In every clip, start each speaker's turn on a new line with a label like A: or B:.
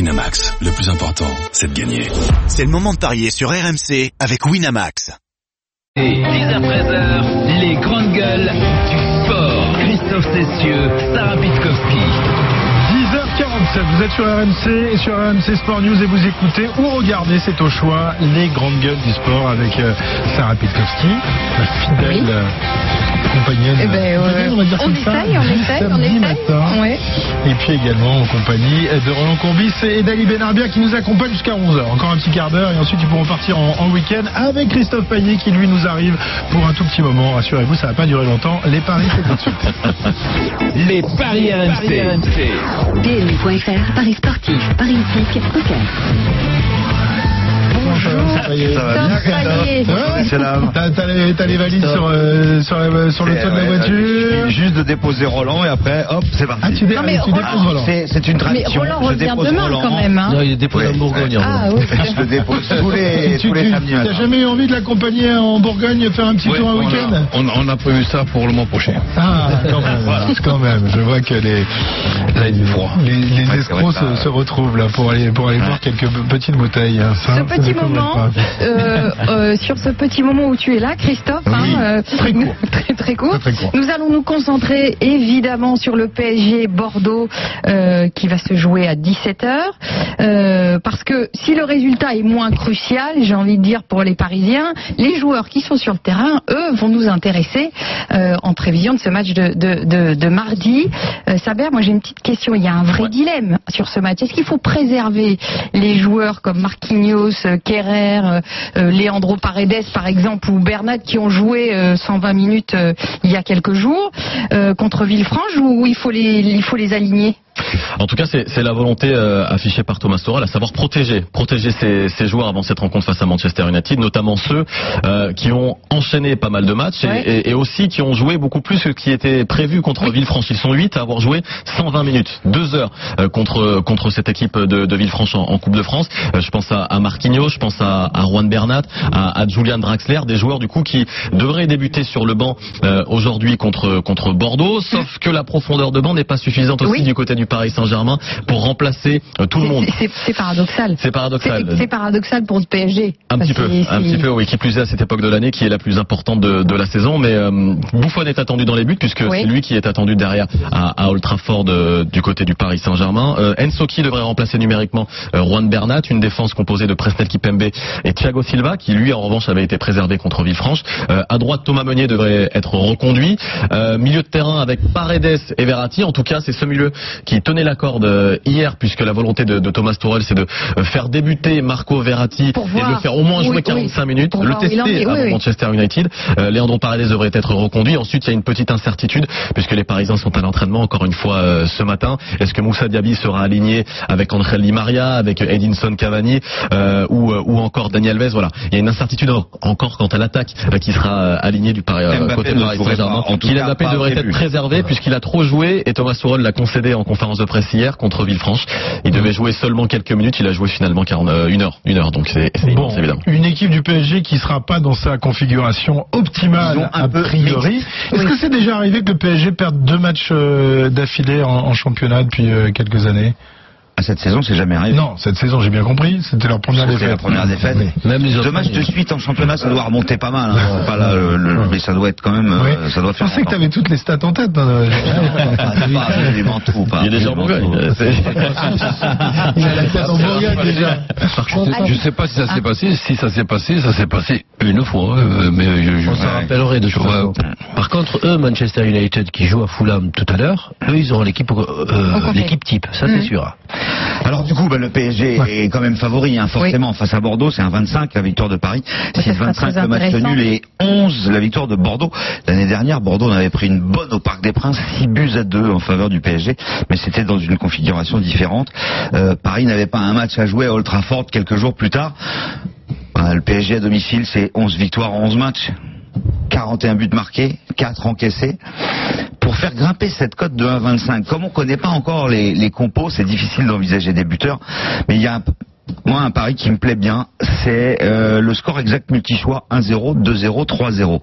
A: Winamax, le plus important, c'est de gagner.
B: C'est le moment de parier sur RMC avec Winamax.
C: Et 10h-13h, les grandes gueules du sport. Christophe Cessieux, Sarah Pitkowski.
D: 10h47, vous êtes sur RMC et sur RMC Sport News et vous écoutez ou regardez, c'est au choix, les grandes gueules du sport avec euh, Sarah Pitkowski, ma fidèle
E: Oui.
D: euh, compagnonne.
E: Eh ben, ouais.
D: fidèle, on va dire
E: On
D: comme ça,
E: essaye, on
D: du
E: essaye, on
D: samedi
E: essaye.
D: matin.
E: Ouais.
D: Et puis également en compagnie de Roland Courbis et d'Ali Benarbia qui nous accompagnent jusqu'à 11h. Encore un petit quart d'heure et ensuite ils pourront partir en, en week-end avec Christophe Payet qui lui nous arrive pour un tout petit moment. Rassurez-vous, ça va pas durer longtemps. Les paris, c'est tout de suite.
C: Les Paris RMC.
F: PMU.fr, Paris sportif, Paris hippique, poker.
D: Bonjour.
G: Ça va bien,
E: Payet.
G: Christophe
D: Ouais.
G: C'est là.
D: T'as t'as les, t'as les valises sur, euh, sur, la- sur le toit de la
G: Eh ouais, je finis
D: voiture.
G: Juste de déposer Roland et après, hop, c'est
D: Ah,
G: parti.
D: tu, dé-
E: Non, mais
D: tu
E: Roland-
D: déposes Roland.
G: C'est c'est une
E: Mais
G: tradition.
E: Roland
G: Je
E: revient
G: dépose
E: demain
G: Roland.
E: quand même. Hein.
H: Non, il est dépôt
G: Ouais.
H: en Bourgogne.
E: ah oui.
G: Je le dépose tous les,
D: Tu-
G: tous les
D: tu-
G: samedis
D: T'as
G: matin.
D: jamais eu envie de l'accompagner en Bourgogne faire un petit tour un week-end
H: on, a prévu ça pour le mois prochain.
D: Ah, quand même, quand même. Je vois que les, les, les
G: Ouais, c'est
D: escrocs
G: vrai, ça,
D: se,
G: ouais.
D: se retrouvent là pour aller, pour aller boire quelques petites bouteilles. hein. Ça,
E: Ce
D: ça
E: petit
D: déconvient
E: moment,
D: pas.
E: euh, euh, sur ce petit moment où tu es là, Christophe,
D: Oui,
E: hein,
D: très court.
E: très, très court.
D: Très, très court.
E: Nous allons nous concentrer évidemment sur le PSG Bordeaux euh, qui va se jouer à 17h. euh, parce que si le résultat est moins crucial, j'ai envie de dire pour les Parisiens, les joueurs qui sont sur le terrain, eux, vont nous intéresser euh, en prévision de ce match de, de, de- de mardi. Euh, Saber, moi j'ai une petite question. Il y a un vrai dilemme sur ce match. Est-ce qu'il faut préserver les joueurs comme Marquinhos, euh, Kerrer, euh, euh, Leandro Paredes par exemple ou Bernat qui ont joué euh, 120 minutes euh, il y a quelques jours euh, contre Villefranche ou il faut les, il faut les aligner
H: En tout cas, c'est c'est la volonté euh, affichée par Thomas Tuchel, à savoir protéger, protéger ses, ses joueurs avant cette rencontre face à Manchester United, notamment ceux euh, qui ont enchaîné pas mal de matchs et,
E: Ouais.
H: et- et aussi qui ont joué beaucoup plus que ce qui était prévu contre Villefranche. Ils sont 8 à avoir joué 120 minutes, 2 heures euh, contre contre cette équipe de, de Villefranche en, en Coupe de France. Euh, je pense à, à Marquinhos, je pense à, à Juan Bernat, à, à Julian Draxler, des joueurs du coup qui devraient débuter sur le banc euh, aujourd'hui contre contre Bordeaux, sauf que la profondeur de banc n'est pas suffisante aussi
E: Oui.
H: du côté du Paris Saint-Germain pour remplacer euh, tout le
E: C'est-
H: monde.
E: c'est- C'est paradoxal.
H: C'est paradoxal.
E: C'est c'est paradoxal pour le PSG.
H: Un
E: Parce
H: petit peu,
E: que
H: un
E: c'est-
H: petit peu, oui, qui plus est à cette époque de l'année qui est la plus importante de, de la saison. Mais euh, Buffon est attendu dans les buts puisque
E: Oui.
H: c'est lui qui est attendu derrière à, à Old Trafford euh, du côté du Paris Saint-Germain. Euh, Ensoki devrait remplacer numériquement euh, Juan Bernat, une défense composée de Presnel Kipembe et Thiago Silva qui lui en revanche avait été préservé contre Villefranche. Euh, à droite, Thomas Meunier devrait être reconduit. Euh, milieu de terrain avec Paredes et Verratti. En tout cas, c'est ce milieu qui tenait la corde euh, hier puisque la volonté de, de Thomas Tuchel c'est de euh, faire débuter Marco Verratti
E: Pour
H: et
E: voir.
H: de le faire au moins
E: Oui,
H: jouer
E: oui.
H: 45 minutes,
E: Pour
H: le
E: voir où il en
H: tester
E: est, oui,
H: avant
E: oui.
H: Manchester United. Euh, Leandro Paredes devrait être reconduit. Ensuite, il y a une petite incertitude puisque les Parisiens sont à l'entraînement encore une fois euh, ce matin. Est-ce que Moussa Diaby sera aligné avec Angel Di Maria, avec Edinson Cavani euh, ou, euh, ou encore Daniel Vez Voilà, il y a une incertitude en- encore quant à l'attaque euh, qui sera euh, alignée du Paris euh,
G: Mbappé
H: côté
G: ne
H: de Paris
G: jouerait pas,
H: Saint-Germain.
G: en tout
H: Kylian
G: cas,
H: Mbappé
G: pas
H: devrait
G: prévu.
H: être préservé puisqu'il a trop joué et Thomas Tuchel l'a concédé en conférence de presse hier contre Villefranche. Il
G: Mmh.
H: devait jouer seulement quelques minutes, il a joué finalement 40, euh, une heure, une heure. Donc c'est c'est
D: Bon,
H: immense, évidemment.
D: une équipe du PSG qui sera pas dans sa configuration
G: Ils
D: optimale
G: ont un
D: a
G: peu
D: priori. Est-ce que c'est déjà arrivé que le PSG perde deux matchs euh, d'affilée en, en championnat depuis euh, quelques années
G: À cette saison, c'est jamais arrivé.
D: Non, cette saison j'ai bien compris, c'était leur première
G: C'était
D: défaite.
G: la première défaite.
D: Oui.
H: Même les
G: Deux matchs de suite en championnat, ça doit remonter pas mal. hein. C'est Pas là, le- le- mais ça doit être quand même.
D: Oui.
G: euh, Ça doit
D: Je
G: faire.
D: pensais que
G: longtemps.
D: t'avais toutes les stats en tête. hein, euh,
G: Ah, t'as pas, j'ai des mentous, pas.
H: Il y a des gens en Bourgogne. euh, c'est-
D: Il a la tête en Bourgogne déjà.
E: Allez.
I: Je sais pas si ça s'est passé. Si ça s'est passé, ça s'est passé une fois. euh, mais je, je-
G: On s'en
I: rappellerait de
H: toute façon.
I: Par contre, eux, Manchester United, qui joue à Fulham tout à l'heure, eux, ils auront l'équipe euh,
E: complet.
I: l'équipe type. Ça,
G: Mmh.
I: c'est sûr.
G: Alors du coup, bah, le PSG est quand même favori, hein, forcément, face à Bordeaux, c'est un 25, la victoire de Paris,
E: ça sera
G: 6-25
E: très
G: le match
E: intéressant.
G: nul et 11 la victoire de Bordeaux. L'année dernière, Bordeaux en avait pris une bonne au Parc des Princes, 6 buts à 2 en faveur du PSG, mais c'était dans une configuration différente. Euh, Paris n'avait pas un match à jouer à Old Trafford quelques jours plus tard. Bah, le PSG à domicile, c'est 11 victoires en 11 matchs. 41 buts marqués, 4 encaissés. Pour faire grimper cette cote de 1,25, comme on ne connaît pas encore les, les compos, c'est difficile d'envisager des buteurs. Mais il y a un, moi un pari qui me plaît bien, c'est euh, le score exact multi-choix 1-0, 2-0, 3-0.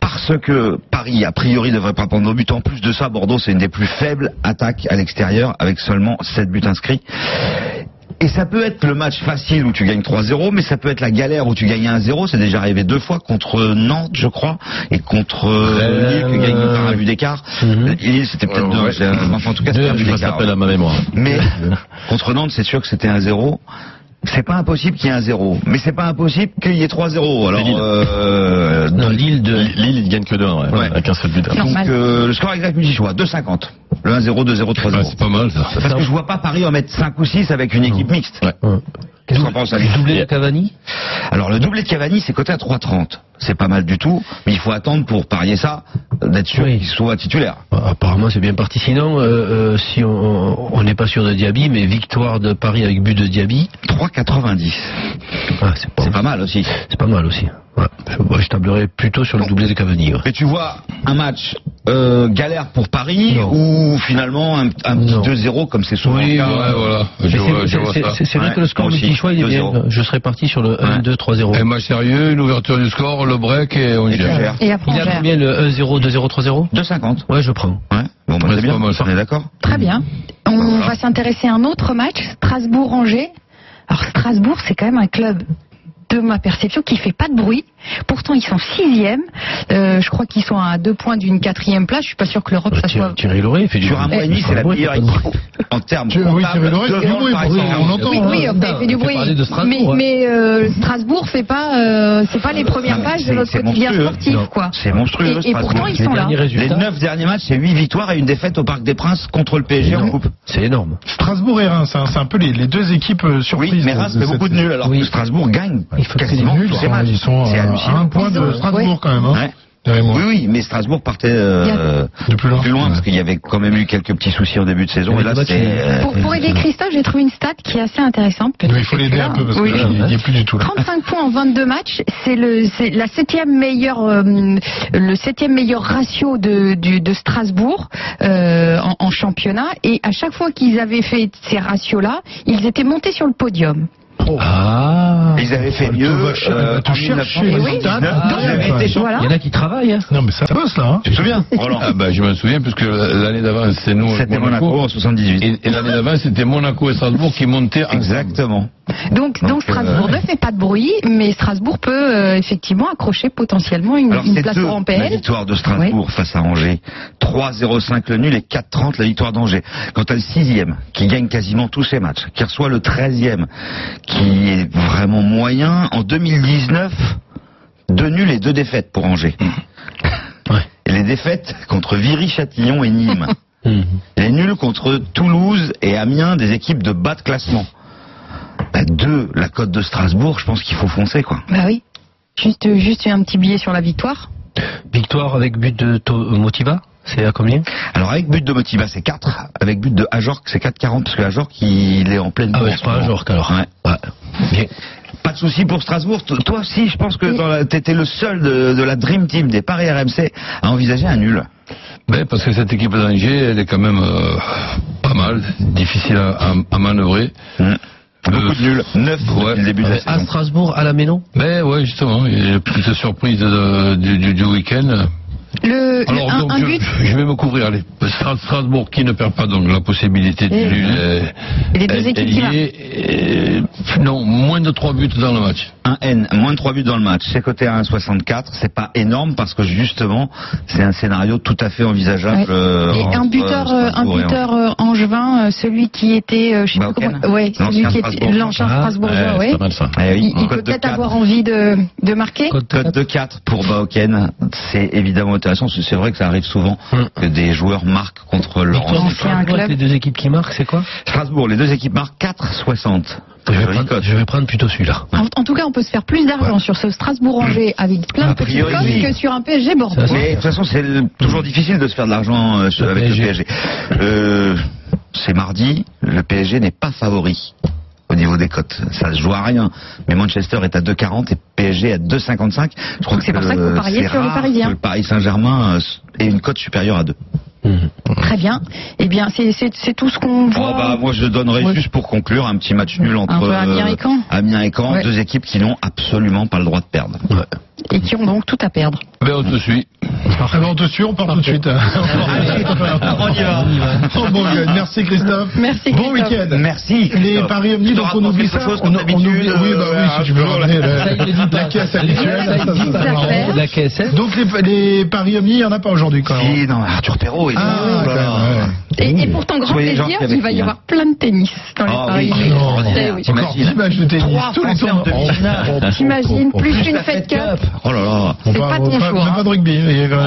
G: Par parce que Paris, a priori, ne devrait pas prendre de but. En plus de ça, Bordeaux, c'est une des plus faibles attaques à l'extérieur, avec seulement 7 buts inscrits. Et ça peut être le match facile où tu gagnes 3-0, mais ça peut être la galère où tu gagnes 1-0. C'est déjà arrivé deux fois contre Nantes, je crois, et contre Lille,
I: Rennes,
G: qui gagne par un
I: euh,
G: but d'écart.
I: Mhm.
G: Lille, c'était peut-être
H: Ouais,
G: deux,
H: ouais.
G: c'est un- enfin, en tout cas, c'était
H: Deux,
G: un but
H: je fasse
G: d'écart.
H: appel à ma mémoire.
G: Mais contre Nantes, c'est sûr que c'était 1-0. C'est pas impossible qu'il y ait un 0 mais c'est pas impossible qu'il y ait 3-0. Alors,
H: Lille.
G: euh,
I: Non, Lille de.
H: Lille, il gagne que 2 1 ouais,
G: Ouais.
H: avec un seul but.
E: Non.
G: donc
E: Normal.
G: euh, le score exact multi-choix, 2,50. Le 1-0, 2-0, 3-0.
A: Ouais, c'est pas mal ça.
G: Parce que je vois pas Paris en mettre 5 ou 6 avec une équipe mixte.
H: Ouais.
G: Qu'est-ce qu'on pense à
I: Du doublé de Cavani
G: Alors le doublé de Cavani, c'est coté à 3,30. C'est pas mal du tout, mais il faut attendre pour parier ça, euh, d'être sûr
I: Oui.
G: qu'il soit titulaire.
I: Bah, Apparemment, c'est bien parti. Sinon, euh, euh, si on on n'est pas sûr de Diaby, mais victoire de Paris avec but de Diaby,
G: 3,90.
I: ah, c'est pas,
G: C'est pas mal aussi.
I: c'est pas mal aussi. Ouais. Je, moi, je tablerais plutôt sur le doublé de Cavani. ouais.
G: Mais tu vois un match euh, galère pour Paris ou finalement un, un petit
I: Non.
G: 2-0 comme c'est souvent le
A: Ouais,
G: cas. hein.
A: voilà.
I: Mais
A: Je vois,
I: c'est-
A: je vois
I: c'est-
A: ça.
I: C'est c'est vrai
G: Ouais,
I: que le score
G: moi aussi.
I: multi-choix, il est bien.
G: 2-0.
I: Je serais parti sur le 1,
G: Ouais.
I: 2, 3, 0.
A: Un match sérieux, une ouverture du score, le break et on
G: Et
A: y
G: tu
A: va.
G: gères.
E: Et après,
I: Il
E: on
I: a
E: gère.
I: combien le 1, 0, 2, 0, 3, 0
G: 2,50.
I: Ouais, je prends.
G: Ouais. Bon, bah,
A: Ouais,
G: c'est
A: c'est
G: bien.
A: pas mal, ça.
I: hein.
G: on est d'accord.
E: Très bien. On
G: Voilà.
E: va s'intéresser à un autre match, Strasbourg-Angers. Alors Strasbourg, c'est quand même un club de ma perception qui fait pas de bruit. Pourtant, ils sont sixième. Euh, je crois qu'ils sont à deux points d'une quatrième place. Je suis pas sûr que
G: Euh,
E: l'Europe ça soit.
I: Thierry- Thierry Loré, il Eh, fait du
G: Sur un mois et demi, c'est la meilleure équipe en termes
D: Tu- oui, Thierry
G: comptables
D: Loret, c'est
G: devant
D: du bruit,
G: le Paris
D: oui,
G: Saint-Germain.
D: on l'entend.
E: Oui,
D: hein.
E: oui, il fait du bruit.
I: parler de Strasbourg,
E: mais
I: ouais.
E: mais, euh, Strasbourg, c'est pas, euh, c'est pas les premières
G: Non,
E: pages de
G: c'est-
E: notre
G: c'est
E: quotidien
G: monstrueux. hein.
E: sportif,
I: Non.
E: quoi.
G: C'est monstrueux. hein,
E: Et- et
G: Strasbourg.
E: pourtant, ils sont là.
I: derniers
G: Les
I: résultats.
G: 9 derniers matchs, c'est 8 victoires et une défaite au Parc des Princes contre le PSG en coupe.
I: C'est énorme.
D: Ah. Strasbourg et Reims, hein, c'est un peu les, les deux équipes euh, surprises.
G: Oui, mais Reims
D: de
G: fait
D: cette-
G: beaucoup de nuls alors
I: Oui.
G: que Strasbourg gagne
I: Il faut
G: quasiment
D: Nuls,
G: tous
D: ils
G: ses
D: sont-
G: matchs.
D: ils sont euh,
G: C'est
D: à un
G: hallucinant.
D: point
E: Ils
D: de
E: ont-
D: Strasbourg
E: ouais.
D: quand même. Hein,
G: Ouais.
D: derrière moi.
G: Oui, oui, mais Strasbourg partait euh,
D: De plus loin.
G: plus loin
D: Ouais.
G: parce qu'il y avait quand même eu quelques petits soucis en début de saison
I: Il y
G: et
I: avait
G: là
I: des
G: c'est
I: matchs
G: euh,
E: Pour, pour aider Christophe, j'ai trouvé une stat qui est assez intéressante.
D: Mais il faut l'aider un peu parce
E: Oui.
D: qu'il n'y est plus du tout là.
E: 35 points en 22 matchs, c'est le c'est la septième meilleure euh, le septième meilleur ratio de du- de Strasbourg euh, en, en championnat et à chaque fois qu'ils avaient fait ces ratios là, ils étaient montés sur le podium.
I: Ah
G: euh, ils avaient fait
D: Elle
G: mieux. euh,
D: te va ch- elle va te
G: en
D: chercher
G: 1999,
D: les stats.
G: ils avaient
D: Ah,
G: été
D: ouais.
G: champions.
E: Voilà.
I: Il y en a qui travaillent, hein.
D: Non mais ça bosse là. hein.
G: Tu te souviens, Roland
A: Ah bah, je me souviens, puisque l'année d'avant, c'est nous, avec
G: C'était Monaco en 78.
A: Et, et l'année d'avant, c'était Monaco et Strasbourg qui montaient ensemble.
G: Exactement.
E: Donc
G: Donc,
E: donc Strasbourg
G: euh,
E: ne fait pas de bruit, mais Strasbourg peut euh, effectivement accrocher potentiellement une,
G: Alors
E: une
G: c'est
E: place
G: deux, la
E: européenne.
G: victoire de Strasbourg face à Angers. 3-0-5 le nul et 4-30 la victoire d'Angers. Quant à le sixième, qui gagne quasiment tous ses matchs, qui reçoit le 13e, qui est vraiment moyen, en 2019, deux nuls et deux défaites pour Angers.
I: Ouais.
G: Et les défaites contre Viry, Châtillon et Nîmes.
I: hein.
G: Les nuls contre Toulouse et Amiens, des équipes de bas de classement. Bah, deux, la cote de Strasbourg, je pense qu'il faut foncer quoi.
E: Bah oui. Juste juste un petit billet sur la victoire.
I: Victoire avec but de To- Motiva C'est à combien
G: Alors avec but de Motiva c'est 4, avec but de Ajorc c'est 4,40 parce que Ajorc il est en pleine
I: Ah ouais,
G: bourre en
I: c'est
G: ce
I: pas un
G: moment.
I: Jork alors.
G: Ouais.
I: Ouais. Bien.
G: Pas de souci pour Strasbourg. T- Toi aussi je pense que
E: Oui.
G: dans la- t'étais le seul de, de la Dream Team des Paris RMC à envisager un nul.
A: Ben, parce que cette équipe d'Angers, elle est quand même euh, pas mal, difficile à, à- à manœuvrer.
G: Hmm.
A: Euh,
G: Beaucoup de nuls, 9
A: ouais.
G: depuis le début de la
I: À
G: saison.
I: Strasbourg, à la Euh, Ménon
A: Ben ouais, justement, il y a une petite surprise de- euh, du, du- du week-end.
E: Le, le-
A: Alors
E: un,
A: donc,
E: un
A: je,
E: but
A: je vais me couvrir. Allez, Stra- Strasbourg qui ne perd pas donc la possibilité de
E: Et-
A: nul.
E: Et les
A: est-
E: deux
A: est-
E: équipes
A: est
E: qui
A: liée, et- non, moins de 3 buts dans le match.
G: Un N, moins de 3 buts dans le match, c'est coté à 1,64, c'est pas énorme parce que justement c'est un scénario tout à fait envisageable.
E: Ouais.
G: euh,
E: Et un
G: entre,
E: buteur,
G: euh,
E: euh, un
G: Strasbourg et Angers.
E: buteur euh, angevin, euh, celui qui était, euh, je sais
G: Bah,
E: plus comment,
G: Oken.
E: ouais, celui
G: L'ancien
E: qui était
G: Strasbourg.
E: l'ancien
I: Ah,
E: Strasbourgeois,
H: Ouais,
E: bah ouais.
H: C'est pas mal ça.
G: Eh oui,
E: Il, il
G: cote
E: peut
G: de
E: peut-être
G: 4.
E: avoir envie de, de marquer.
G: Cote de 4 pour Baoken, c'est évidemment intéressant. parce que C'est vrai que ça arrive souvent que
E: Mm.
G: des joueurs marquent contre leur
I: Victoire de
G: ancien.
E: c'est un
I: Strasbourg,
E: club.
I: les deux équipes qui marquent, c'est quoi
G: Strasbourg, les deux équipes marquent 4,60.
I: je vais,
G: Jolie
I: prendre,
G: cote.
I: je vais prendre plutôt celui-là.
E: En, en tout cas, on peut se faire plus d'argent sur ce Strasbourg-Angers avec plein de
G: Mmh. A
E: petits
G: priori, oui.
E: codes que sur un PSG Bordeaux.
I: Ça, c'est-
G: Mais de toute façon, c'est le-
E: Mm.
G: toujours difficile de se faire de l'argent euh, sur-
I: Le
G: avec le
I: PSG.
G: PSG. Euh, c'est mardi, le PSG n'est pas favori au niveau des cotes. Ça se joue à rien. Mais Manchester est à 2,40 et PSG à 2,55. Je crois
E: Donc c'est pour ça que vous
G: euh,
E: pariez
G: c'est
E: sur les
G: rare
E: Parisiens.
G: que Le Paris Saint-Germain euh, ait une cote supérieure à 2.
E: Très bien. Eh bien, c'est- c'est c'est tout ce qu'on
G: Oh,
E: voit.
G: bah, moi, je donnerais
E: Ouais.
G: juste pour conclure un petit match nul entre
E: peu Amiens
G: euh,
E: et Caen.
G: Amiens et Caen,
E: Ouais.
G: deux équipes qui n'ont absolument pas le droit de perdre.
I: Ouais.
E: Et qui ont donc tout à perdre.
A: Ben on te suit.
D: Ah ben, on te suit, on part tout de suite. Ah, bah,
H: On y va.
D: Oh, bon, merci Christophe.
E: Merci,
D: Bon
E: Christophe.
D: week-end.
G: Merci.
D: Les
G: Christophe.
D: paris omnis,
G: Tu
D: donc on
G: racontes
D: oublie
G: quelque
D: ça.
G: chose
D: on,
G: comme
D: on oublie,
G: d'habitude,
D: oui, bah
G: euh,
D: oui, si tu veux
G: un
D: ramener la,
I: Ça, il le dit pas.
D: la caisse habituelle, ça, ça, ça,
E: Exact.
D: sera marrant.
I: La KSF
D: Donc les, les paris omnis, il n'y en a pas aujourd'hui quand même.
G: Si, non, Arthur Perrault. il-
D: Ah,
G: Oh là
D: quand
G: là.
D: même, ouais.
E: Et, et pour ton grand
G: Soyez
E: plaisir,
G: gentils avec
E: il va y
G: lui, hein.
E: avoir plein de tennis dans les
G: Ah
E: paris.
G: oui,
E: olympiques.
G: c'est
E: Eh
G: extraordinaire.
E: oui.
D: Encore
G: T'imagines
D: 10 matchs de tennis,
G: Trois
D: tous les
G: concerts
D: tournois.
G: de finale.
E: T'imagines, plus une fête cup.
G: Oh là là.
E: C'est pas ton
D: pas,
E: choix,
D: même
E: hein.
D: pas de rugby, il y a quand même